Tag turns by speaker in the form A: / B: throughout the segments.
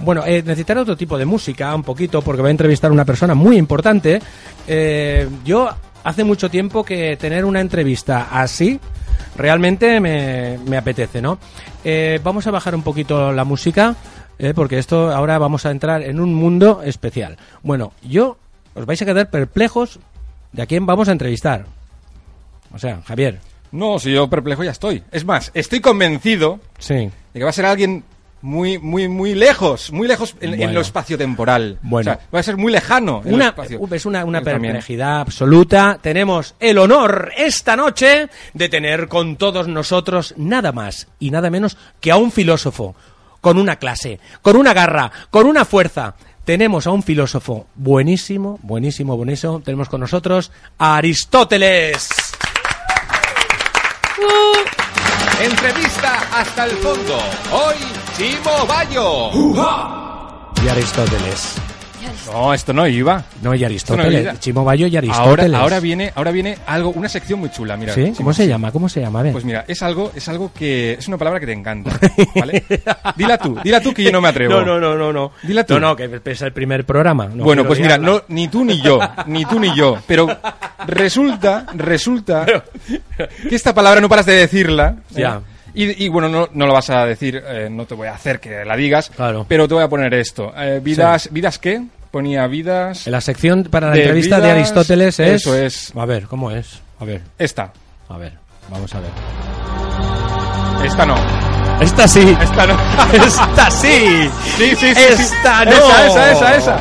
A: Bueno, eh, necesitaré otro tipo de música, un poquito, porque voy a entrevistar a una persona muy importante. Eh, yo hace mucho tiempo que tener una entrevista así realmente me, me apetece, ¿no? Eh, vamos a bajar un poquito la música, eh, porque esto ahora vamos a entrar en un mundo especial. Bueno, yo os vais a quedar perplejos de a quién vamos a entrevistar. O sea, Javier.
B: No, si yo perplejo ya estoy. Es más, estoy convencido
A: Sí.
B: de que va a ser alguien muy, muy, muy lejos, muy lejos en, en
A: Bueno.
B: lo espacio-temporal.
A: Bueno.
B: O sea, va a ser muy lejano en el
A: Una, uh,
B: espacio.
A: es una, una
B: Yo también.
A: perplejidad absoluta. Tenemos el honor esta noche de tener con todos nosotros nada más y nada menos que a un filósofo, con una clase, con una garra, con una fuerza. Tenemos a un filósofo buenísimo, buenísimo, buenísimo. Tenemos con nosotros a Aristóteles.
B: Entrevista hasta el fondo. Hoy, Chimo Bayo.
A: Y Aristóteles.
B: No, esto no iba.
A: No, y
B: Esto no
A: Aristóteles.
B: era.
A: Chimo Bayo y
B: Ahora,
A: Aristóteles.
B: ahora viene, ahora viene algo, una sección muy chula, mira.
A: ¿Sí?
B: Chimo.
A: ¿Cómo se llama? ¿Cómo se llama? A ver.
B: Pues mira, es algo, es algo que es una palabra que te encanta, ¿vale? dila tú, dila tú que yo no me atrevo.
A: No, no, no, no, no.
B: Dila tú.
A: No, no, que es el primer programa. No
B: bueno,
A: quiero
B: pues mira,
A: liarla.
B: no, ni tú ni yo, ni tú ni yo, pero resulta, resulta que esta palabra no paras de decirla. ¿eh?
A: Ya.
B: Y, y bueno, no, no lo vas a decir, eh, no te voy a hacer que la digas,
A: Claro.
B: pero te voy a poner esto. Eh, vidas, ¿Vidas qué? Ponía vidas...
A: En La sección para la
B: De
A: entrevista de
B: vidas,
A: Aristóteles es...
B: eso es.
A: A ver, ¿cómo es? A ver,
B: Esta.
A: a ver, vamos a ver.
B: Esta no.
A: ¡Esta sí!
B: Esta no.
A: ¡Esta sí!
B: sí, sí, sí. sí.
A: ¡Esta no!
B: Esa, esa, esa, esa.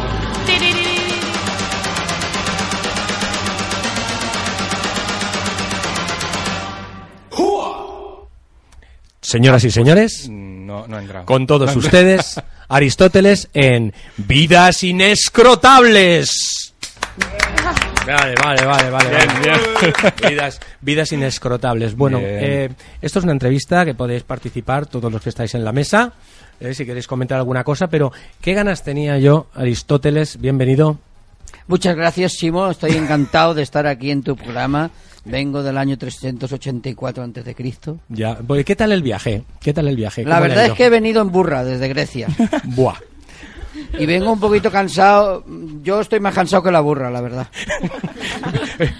A: Señoras y señores,
B: No, no ha entrado.
A: con todos
B: No, no.
A: ustedes, Aristóteles en Vidas Inescrotables. Vale, vale, vale, vale.
B: Bien,
A: vale. Vidas, vidas inescrotables. Bueno,
B: Bien.
A: eh, esto es una entrevista que podéis participar todos los que estáis en la mesa, eh, si queréis comentar alguna cosa, pero ¿qué ganas tenía yo, Aristóteles? Bienvenido.
C: Muchas gracias, Simo. Estoy encantado de estar aquí en tu programa. Vengo del año 384 antes de Cristo.
A: Ya, voy, ¿qué tal el viaje? ¿Qué tal el viaje? Eh,
C: La
A: ¿Cómo le ha
C: verdad es
A: ido?
C: que he venido en burra desde Grecia
A: Buah.
C: y vengo un poquito cansado. Yo estoy más cansado que la burra, la verdad.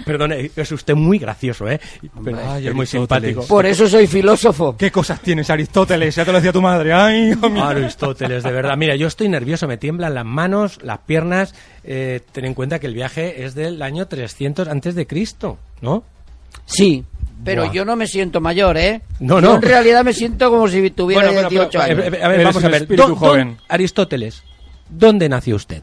A: Perdone, es usted muy gracioso, ¿eh? Pero
B: Ay,
A: es muy
B: Aristóteles.
A: simpático.
C: Por eso soy filósofo.
B: ¿Qué cosas tienes, Aristóteles? Ya te lo decía tu madre. Ay, hijo mío.
A: Aristóteles, de verdad. Mira, yo estoy nervioso, me tiemblan las manos, las piernas. Eh, ten en cuenta que el viaje es del año 300 antes de Cristo, ¿no?
C: Sí, pero
A: Buah.
C: yo no me siento mayor, ¿eh?
A: No,
C: Yo
A: no.
C: en realidad me siento como si tuviera
B: Bueno, bueno,
C: 18
B: pero-
C: años.
A: Eh, eh, a ver,
B: Eres
A: vamos a
B: un
A: ver.
B: espíritu
A: ¿Dó- dó-
B: joven.
A: Aristóteles, ¿dónde nació usted?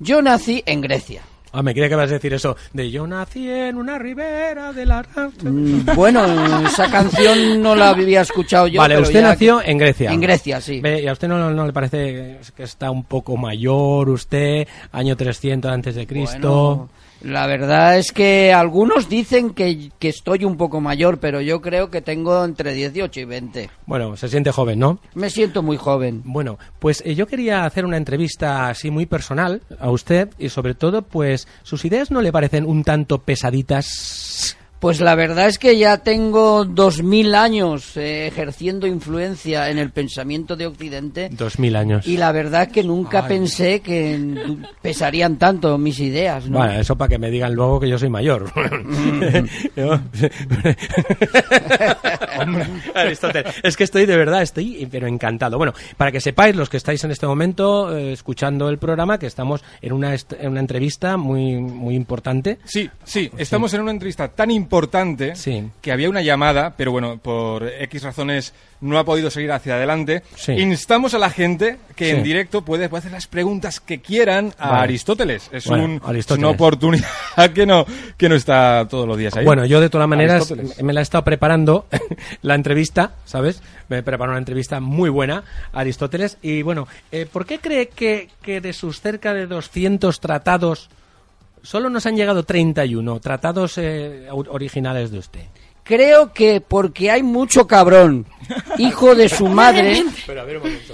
C: Yo nací en Grecia.
A: Ah, me creía que vas a decir eso. De yo nací en una ribera de la...
C: Mm, Bueno, esa canción no la había escuchado yo.
A: vale,
C: pero
A: usted
C: ya-
A: nació en Grecia.
C: En Grecia, sí.
A: Ve, ¿Y a usted no, no le parece que está un poco mayor usted, año 300 antes de Cristo?
C: Bueno, la verdad es que algunos dicen que, que estoy un poco mayor, pero yo creo que tengo entre 18 y 20.
A: bueno, se siente joven, ¿no?
C: Me siento muy joven.
A: Bueno, pues eh, yo quería hacer una entrevista así muy personal a usted y sobre todo, pues, sus ideas no le parecen un tanto pesaditas.
C: Pues la verdad es que ya tengo 2000 años eh, ejerciendo influencia en el pensamiento de Occidente
A: Dos mil años.
C: y la verdad es que nunca pensé que n- pesarían tanto mis ideas, ¿no?
A: Bueno, eso para que me digan luego que yo soy mayor.
C: Mm.
A: Yo- Hombre, Aristóteles, es que estoy de verdad, estoy pero encantado. Bueno, para que sepáis los que estáis en este momento eh, escuchando el programa, que estamos en una, est- en una entrevista muy, muy importante.
B: Sí, sí, estamos en una entrevista tan importante
A: Sí.
B: que había una llamada, pero bueno, por X razones no ha podido seguir hacia adelante.
A: Sí.
B: Instamos a la gente que
A: Sí.
B: en directo puede, puede hacer las preguntas que quieran a
A: Vale.
B: Aristóteles. Es,
A: Bueno,
B: un- es
A: Aristóteles.
B: una oportunidad que no, que no está todos los días ahí.
A: Bueno, yo de todas maneras
B: Aristóteles.
A: me la he estado preparando la entrevista, ¿sabes? Me he preparado una entrevista muy buena a Aristóteles. Y bueno, eh, ¿por qué cree que, que de sus cerca de 200 tratados solo nos han llegado 31 tratados eh, au- originales de usted?
C: Creo que porque hay mucho cabrón, hijo de su madre,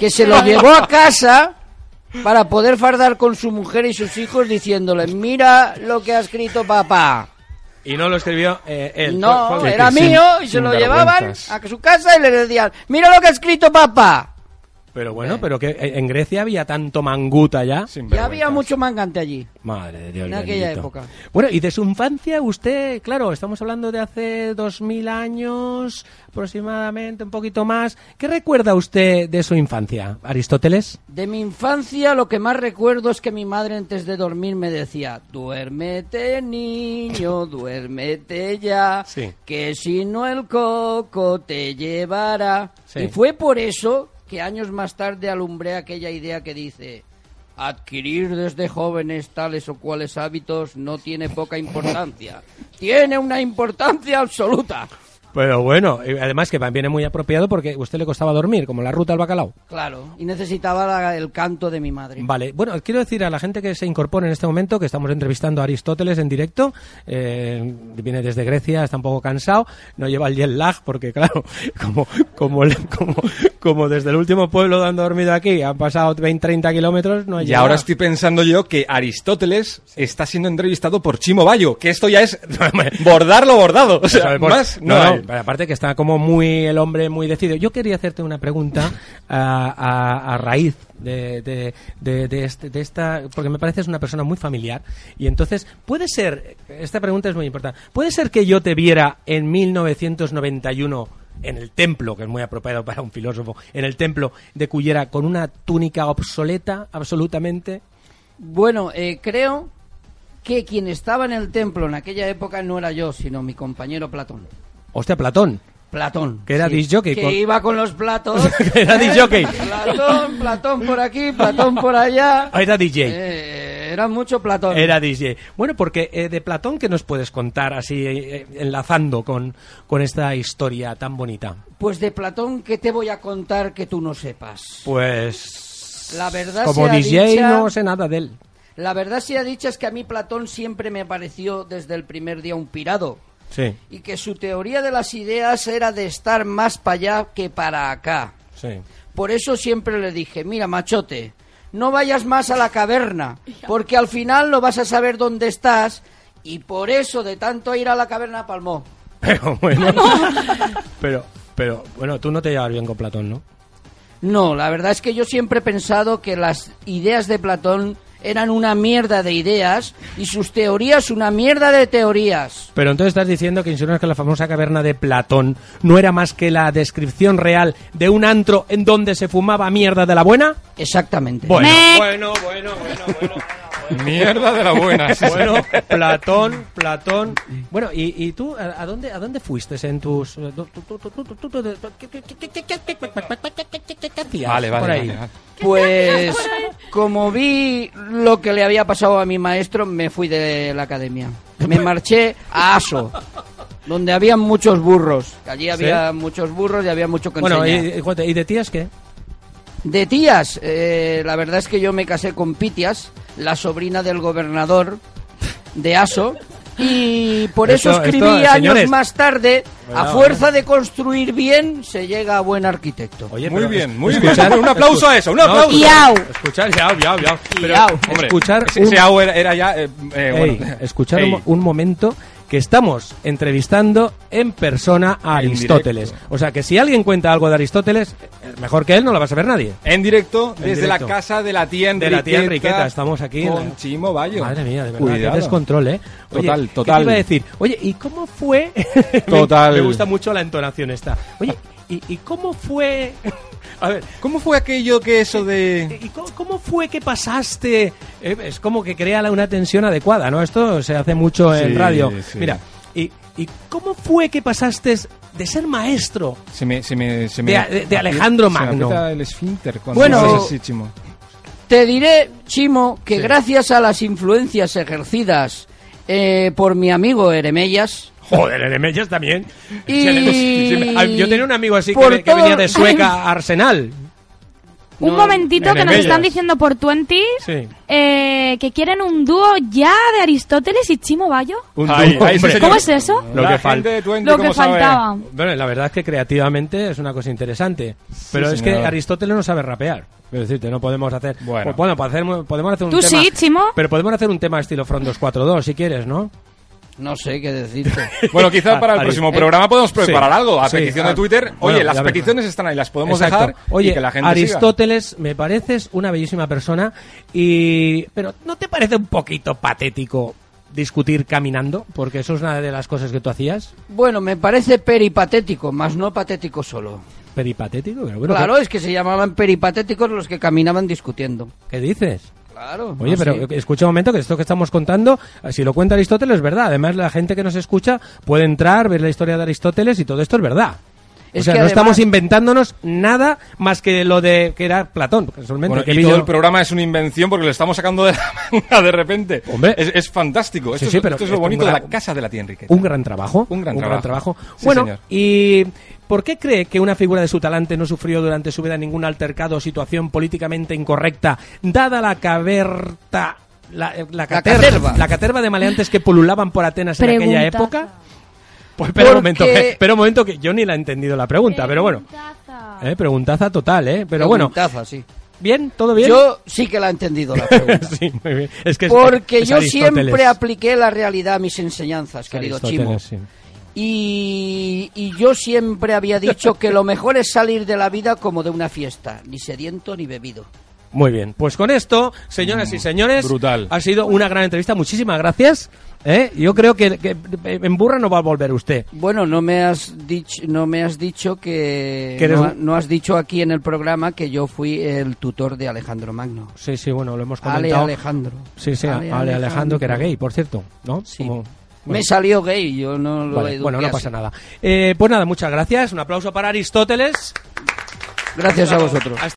C: que se lo llevó a casa para poder fardar con su mujer y sus hijos diciéndole, mira lo que ha escrito papá.
A: Y no lo escribió eh, él. Fue-
C: No,
A: fue-
C: era
B: que sin-
C: mío y se lo llevaban
B: sinvergüenzas.
C: a su casa y le decían, mira lo que ha escrito papá.
A: Pero bueno, pero que eh, en Grecia había tanto manguta ya.
C: Ya había mucho mangante allí.
A: Madre de Dios.
C: En aquella
A: bendito.
C: época.
A: Bueno, y de su infancia, usted, claro, estamos hablando de hace 2000 años aproximadamente, un poquito más. ¿Qué recuerda usted de su infancia, Aristóteles?
C: De mi infancia lo que más recuerdo es que mi madre antes de dormir me decía, duérmete niño, duérmete ya,
A: Sí.
C: que si no el coco te llevará.
A: Sí.
C: Y fue por eso que años más tarde alumbré aquella idea que dice, adquirir desde jóvenes tales o cuales hábitos no tiene poca importancia, tiene una importancia absoluta.
A: Pero bueno, eh, además que viene muy apropiado porque a usted le costaba dormir, como la ruta al bacalao.
C: Claro, y necesitaba la- el canto de mi madre.
A: Vale, bueno, quiero decir a la gente que se incorpora en este momento que estamos entrevistando a Aristóteles en directo. eh, viene desde Grecia, está un poco cansado, no lleva el jet lag porque, claro, como, como, el- como, como desde el último pueblo donde han dormido aquí han pasado 20, 30 kilómetros, no ha
B: Y
A: llegado.
B: ahora estoy pensando yo que Aristóteles está siendo entrevistado por Chimo Bayo, que esto ya es bordarlo bordado. O sea,
A: Eso, por-
B: más no,
A: no,
B: hay.
A: no, aparte que está como muy el hombre muy decidido. Yo quería hacerte una pregunta a, a- a raíz de, de- de- de este- de esta, porque me pareces una persona muy familiar. Y entonces, puede ser, esta pregunta es muy importante, puede ser que yo te viera en 1991 en el templo, que es muy apropiado para un filósofo, en el templo de Cullera con una túnica obsoleta, absolutamente.
C: Bueno, eh, creo que quien estaba en el templo en aquella época no era yo, sino mi compañero Platón.
A: Hostia, Platón.
C: Platón.
A: Que era disc jockey,
C: Que
A: con-
C: iba con los platos.
A: Que era disc jockey.
C: Platón, Platón por aquí, Platón por allá.
A: Ah, Era DJ.
C: Eh, era mucho Platón.
A: Era DJ. Bueno, porque eh, de Platón, ¿qué nos puedes contar así, eh, enlazando con, con esta historia tan bonita?
C: Pues de Platón, ¿qué te voy a contar que tú no sepas?
A: Pues.
C: La verdad
A: Como
C: sea
A: DJ
C: dicha-
A: no sé nada de él.
C: La verdad sea dicha es que a mí Platón siempre me pareció desde el primer día un pirado.
A: Sí,
C: Y que su teoría de las ideas era de estar más para allá que para acá.
A: sí.
C: Por eso siempre le dije, mira, machote, no vayas más a la caverna, porque al final no vas a saber dónde estás y por eso de tanto ir a la caverna palmó.
A: Pero bueno. pero, pero, bueno, tú no te llevas bien con Platón, ¿no?
C: No, la verdad es que yo siempre he pensado que las ideas de Platón eran una mierda de ideas y sus teorías una mierda de teorías.
A: Pero entonces estás diciendo que insinúas que la famosa caverna de Platón no era más que la descripción real de un antro en donde se fumaba mierda de la buena.
C: Exactamente.
A: Bueno,
D: Mec.
A: bueno, bueno, bueno, bueno.
B: Mierda de la buena. sí, sí.
A: Bueno, Platón, Platón. Bueno, ¿y, y tú a, a dónde a dónde fuiste en tus eh, tú- tú- tú- tú- tú- tú- tú- qué- qué- qué- qué- qué- qué- qué- qué hacías
B: Vale, vale,
A: por ahí?
B: vale, vale.
C: Pues como vi lo que le había pasado a mi maestro, me fui de la academia. Me marché a Aso, donde había muchos burros. Allí había muchos burros y había mucho que
A: Bueno,
C: enseñar.
A: y, y, cuenta, ¿y de tías qué?
C: De tías, eh, la verdad es que yo me casé con Pitias, la sobrina del gobernador de Aso. Y por eso
A: Esto-
C: escribí
A: esto,
C: años
A: señores.
C: más tarde, a
A: Cuidado,
C: fuerza de construir bien, se llega a buen arquitecto.
A: Oye,
B: Muy
A: pero
B: bien,
A: es-
B: muy
A: escuchar-
B: bien. Un aplauso a eso, un aplauso.
D: Iau.
A: Escuchar, ya, ya, ya. Pero,
C: Iau.
B: Hombre,
A: escuchar
B: ese,
A: un-
B: ese au era, era ya... eh, eh,
A: Ey,
B: bueno.
A: escuchar un,
B: Ey.
A: mo- un momento que estamos entrevistando en persona a
B: En
A: Aristóteles.
B: directo.
A: O sea, que si alguien cuenta algo de Aristóteles, eh, mejor que él no lo va a saber nadie.
B: En directo,
A: En
B: desde
A: directo.
B: la casa de la tía
A: De
B: Enriqueta.
A: la tía Enriqueta, estamos aquí.
B: Con Chimo Bayo.
A: Madre mía, de verdad,
B: Cuidado.
A: qué descontrol, ¿eh? Oye,
B: Total,
A: ¿qué te
B: total.
A: iba a decir? Oye, ¿y cómo fue...? Me-
B: Total.
A: Me, gusta mucho la entonación esta. Oye, ¿y, y cómo fue...? A ver...
B: ¿Cómo fue aquello que eso de...?
A: ¿Y cómo, cómo fue que pasaste? Eh, es como que crea la- una tensión adecuada, ¿no? Esto se hace mucho en
B: Sí,
A: radio.
B: sí.
A: Mira, ¿y, y cómo fue que pasaste de ser maestro?
B: Se me, se me, se me-
A: De- de- de Alejandro
B: se me
A: Magno.
B: aprieta el esfínter cuando
C: Bueno.
B: dices así, Chimo.
C: Te diré, Chimo, que
A: Sí.
C: gracias a las influencias ejercidas eh, por mi amigo Eremellas,
A: Joder, Eremellas también.
C: Y-
A: Sí, sí, me- Yo tenía un amigo así que,
C: Por
A: ve- que venía
C: todo-
A: de Sueca a Arsenal.
C: No,
D: Un momentito que nos
A: Enemellas.
D: están diciendo por Twenty
A: Sí.
D: eh, que quieren un dúo ya de Aristóteles y Chimo Bayo.
A: Un
B: Ahí,
A: dúo,
B: ahí sí,
A: hombre.
B: señor.
D: ¿Cómo es eso?
A: Lo
B: La
A: que
B: gente
A: falta.
B: de Twenty,
D: Lo
B: ¿cómo
D: que
B: sabe?
D: faltaba.
A: Bueno, la verdad es que creativamente es una cosa interesante. Pero es
B: señor.
A: que Aristóteles no sabe rapear. Es decirte, no podemos hacer.
B: Bueno.
A: pues bueno, podemos hacer, podemos hacer un
D: Tú
A: tema.
D: sí, Chimo.
A: Pero podemos hacer un tema estilo Front 242 si quieres, ¿no?
C: No sé qué decirte.
B: Bueno, quizá para el
A: Ari-
B: próximo
A: eh,
B: programa podemos preparar
A: sí,
B: algo a
A: sí,
B: petición de
A: ah,
B: Twitter.
A: bueno,
B: Oye,
A: ya
B: las
A: veremos.
B: peticiones están ahí, las podemos
A: Exacto.
B: dejar
A: Oye,
B: y que la gente
A: Aristóteles me pareces una bellísima persona y pero ¿no te parece un poquito patético discutir caminando? Porque eso es una de las cosas que tú hacías.
C: Bueno, me parece peripatético, más no patético solo.
A: Peripatético, pero bueno,
C: claro,
A: ¿qué,
C: es que se llamaban peripatéticos los que caminaban discutiendo.
A: qué dices?
C: Claro.
A: Oye,
C: no
A: pero eh,
C: sé.
A: escucha un momento que esto que estamos contando, eh, si lo cuenta Aristóteles es verdad. Además, la gente que nos escucha puede entrar, ver la historia de Aristóteles y todo esto es verdad.
C: Es
A: o sea,
C: que
A: no
C: además-
A: estamos inventándonos nada más que lo de que era Platón. porque
B: siga.
A: solamente
B: Bueno,
A: que
B: y
A: vi
B: todo
A: yo-
B: el programa es una invención porque lo estamos sacando de la manga de repente.
A: Hombre.
B: Es, es fantástico. Esto,
A: Sí,
B: es,
A: sí, pero
B: esto es lo
A: esto
B: bonito
A: es un
B: de
A: gran-
B: la casa de la tía Enrique.
A: Un gran trabajo.
B: Un gran trabajo. Sí,
A: bueno,
B: señor.
A: ¿y por qué cree que una figura de su talante no sufrió durante su vida ningún altercado o situación políticamente incorrecta, dada la caberta... La, eh, la cater-
C: caterva.
A: la caterva de maleantes que pululaban por Atenas en aquella
D: Preguntaza.
A: época? Pues espera un
C: Porque-
A: momento, que, espera un momento que yo ni la he entendido la pregunta, pero bueno.
D: Preguntaza.
A: Eh, preguntaza total, ¿eh? Pero bueno,
C: Preguntaza, sí.
A: ¿bien? ¿Todo bien?
C: Yo sí que la he entendido la pregunta.
A: sí, muy bien. Es que es-
C: Porque
A: es
C: yo
A: Aristóteles.
C: siempre apliqué la realidad a mis enseñanzas, querido Chimo.
A: Aristóteles, sí.
C: Y, y yo siempre había dicho que lo mejor es salir de la vida como de una fiesta, ni sediento ni bebido.
A: Muy bien, pues con esto, señoras y señores,
B: brutal.
A: ha sido una gran entrevista. Muchísimas gracias. ¿eh? Yo creo que, que en burra no va a volver usted.
C: Bueno, no me has dicho, no me has dicho que,
A: Que eres
C: no,
A: un-
C: ha- no has dicho aquí en el programa que yo fui el tutor de Alejandro Magno.
A: Sí, sí, bueno, lo hemos
C: Ale
A: comentado.
C: Alejandro.
A: Sí, sí, Ale, Alejandro, que era gay, por cierto, ¿no?
C: Sí.
A: Como-
C: Me
A: bueno,
C: salió gay, yo no lo
A: vale,
C: eduqué
A: bueno, no
C: así.
A: pasa nada. Eh, pues nada, muchas gracias. Un aplauso para Aristóteles.
C: Gracias a vosotros.
A: Hasta